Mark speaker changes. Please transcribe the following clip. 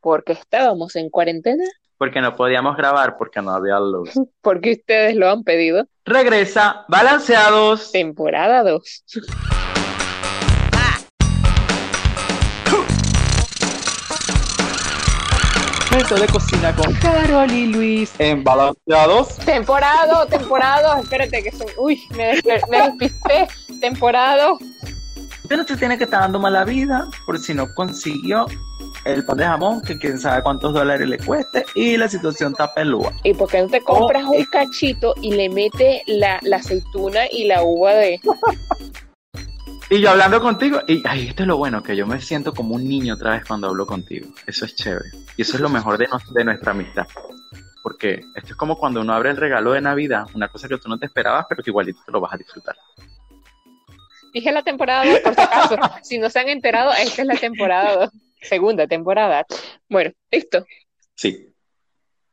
Speaker 1: porque estábamos en cuarentena,
Speaker 2: Porque no podíamos grabar porque no había luz.
Speaker 1: porque ustedes lo han pedido,
Speaker 2: Regresa, balanceados.
Speaker 1: temporada 2.
Speaker 2: Momento de cocina con Carol y Luis. En balanceados.
Speaker 1: Temporada, dos, temporada, dos, espérate que soy, uy, me, desper- me despisté, temporada. dos.
Speaker 2: Usted no se tiene que estar dando mala vida por si no consiguió el pan de jamón, que quién sabe cuántos dólares le cueste, y la situación está pelúa.
Speaker 1: ¿Y por qué no te compras un cachito y le mete la, la aceituna y la uva de...
Speaker 2: Y yo hablando contigo, y ay, esto es lo bueno, que yo me siento como un niño otra vez cuando hablo contigo. Eso es chévere. Y eso es lo mejor de, nos- de nuestra amistad. Porque esto es como cuando uno abre el regalo de Navidad, una cosa que tú no te esperabas, pero que igualito te lo vas a disfrutar.
Speaker 1: Dije la temporada 2 por si acaso, si no se han enterado, esta es la temporada 2, segunda temporada. Bueno, listo.
Speaker 2: Sí.